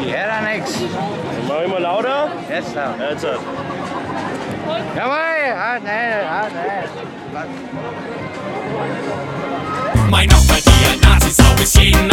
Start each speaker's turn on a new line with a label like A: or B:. A: Ich höre da nichts.
B: Mach ich mal lauter?
A: Jetzt da.
B: Jetzt. halt.
A: Jawohl! Ah, nein, ah, nein.
C: Mein Opfer, die Nazisau ist jeden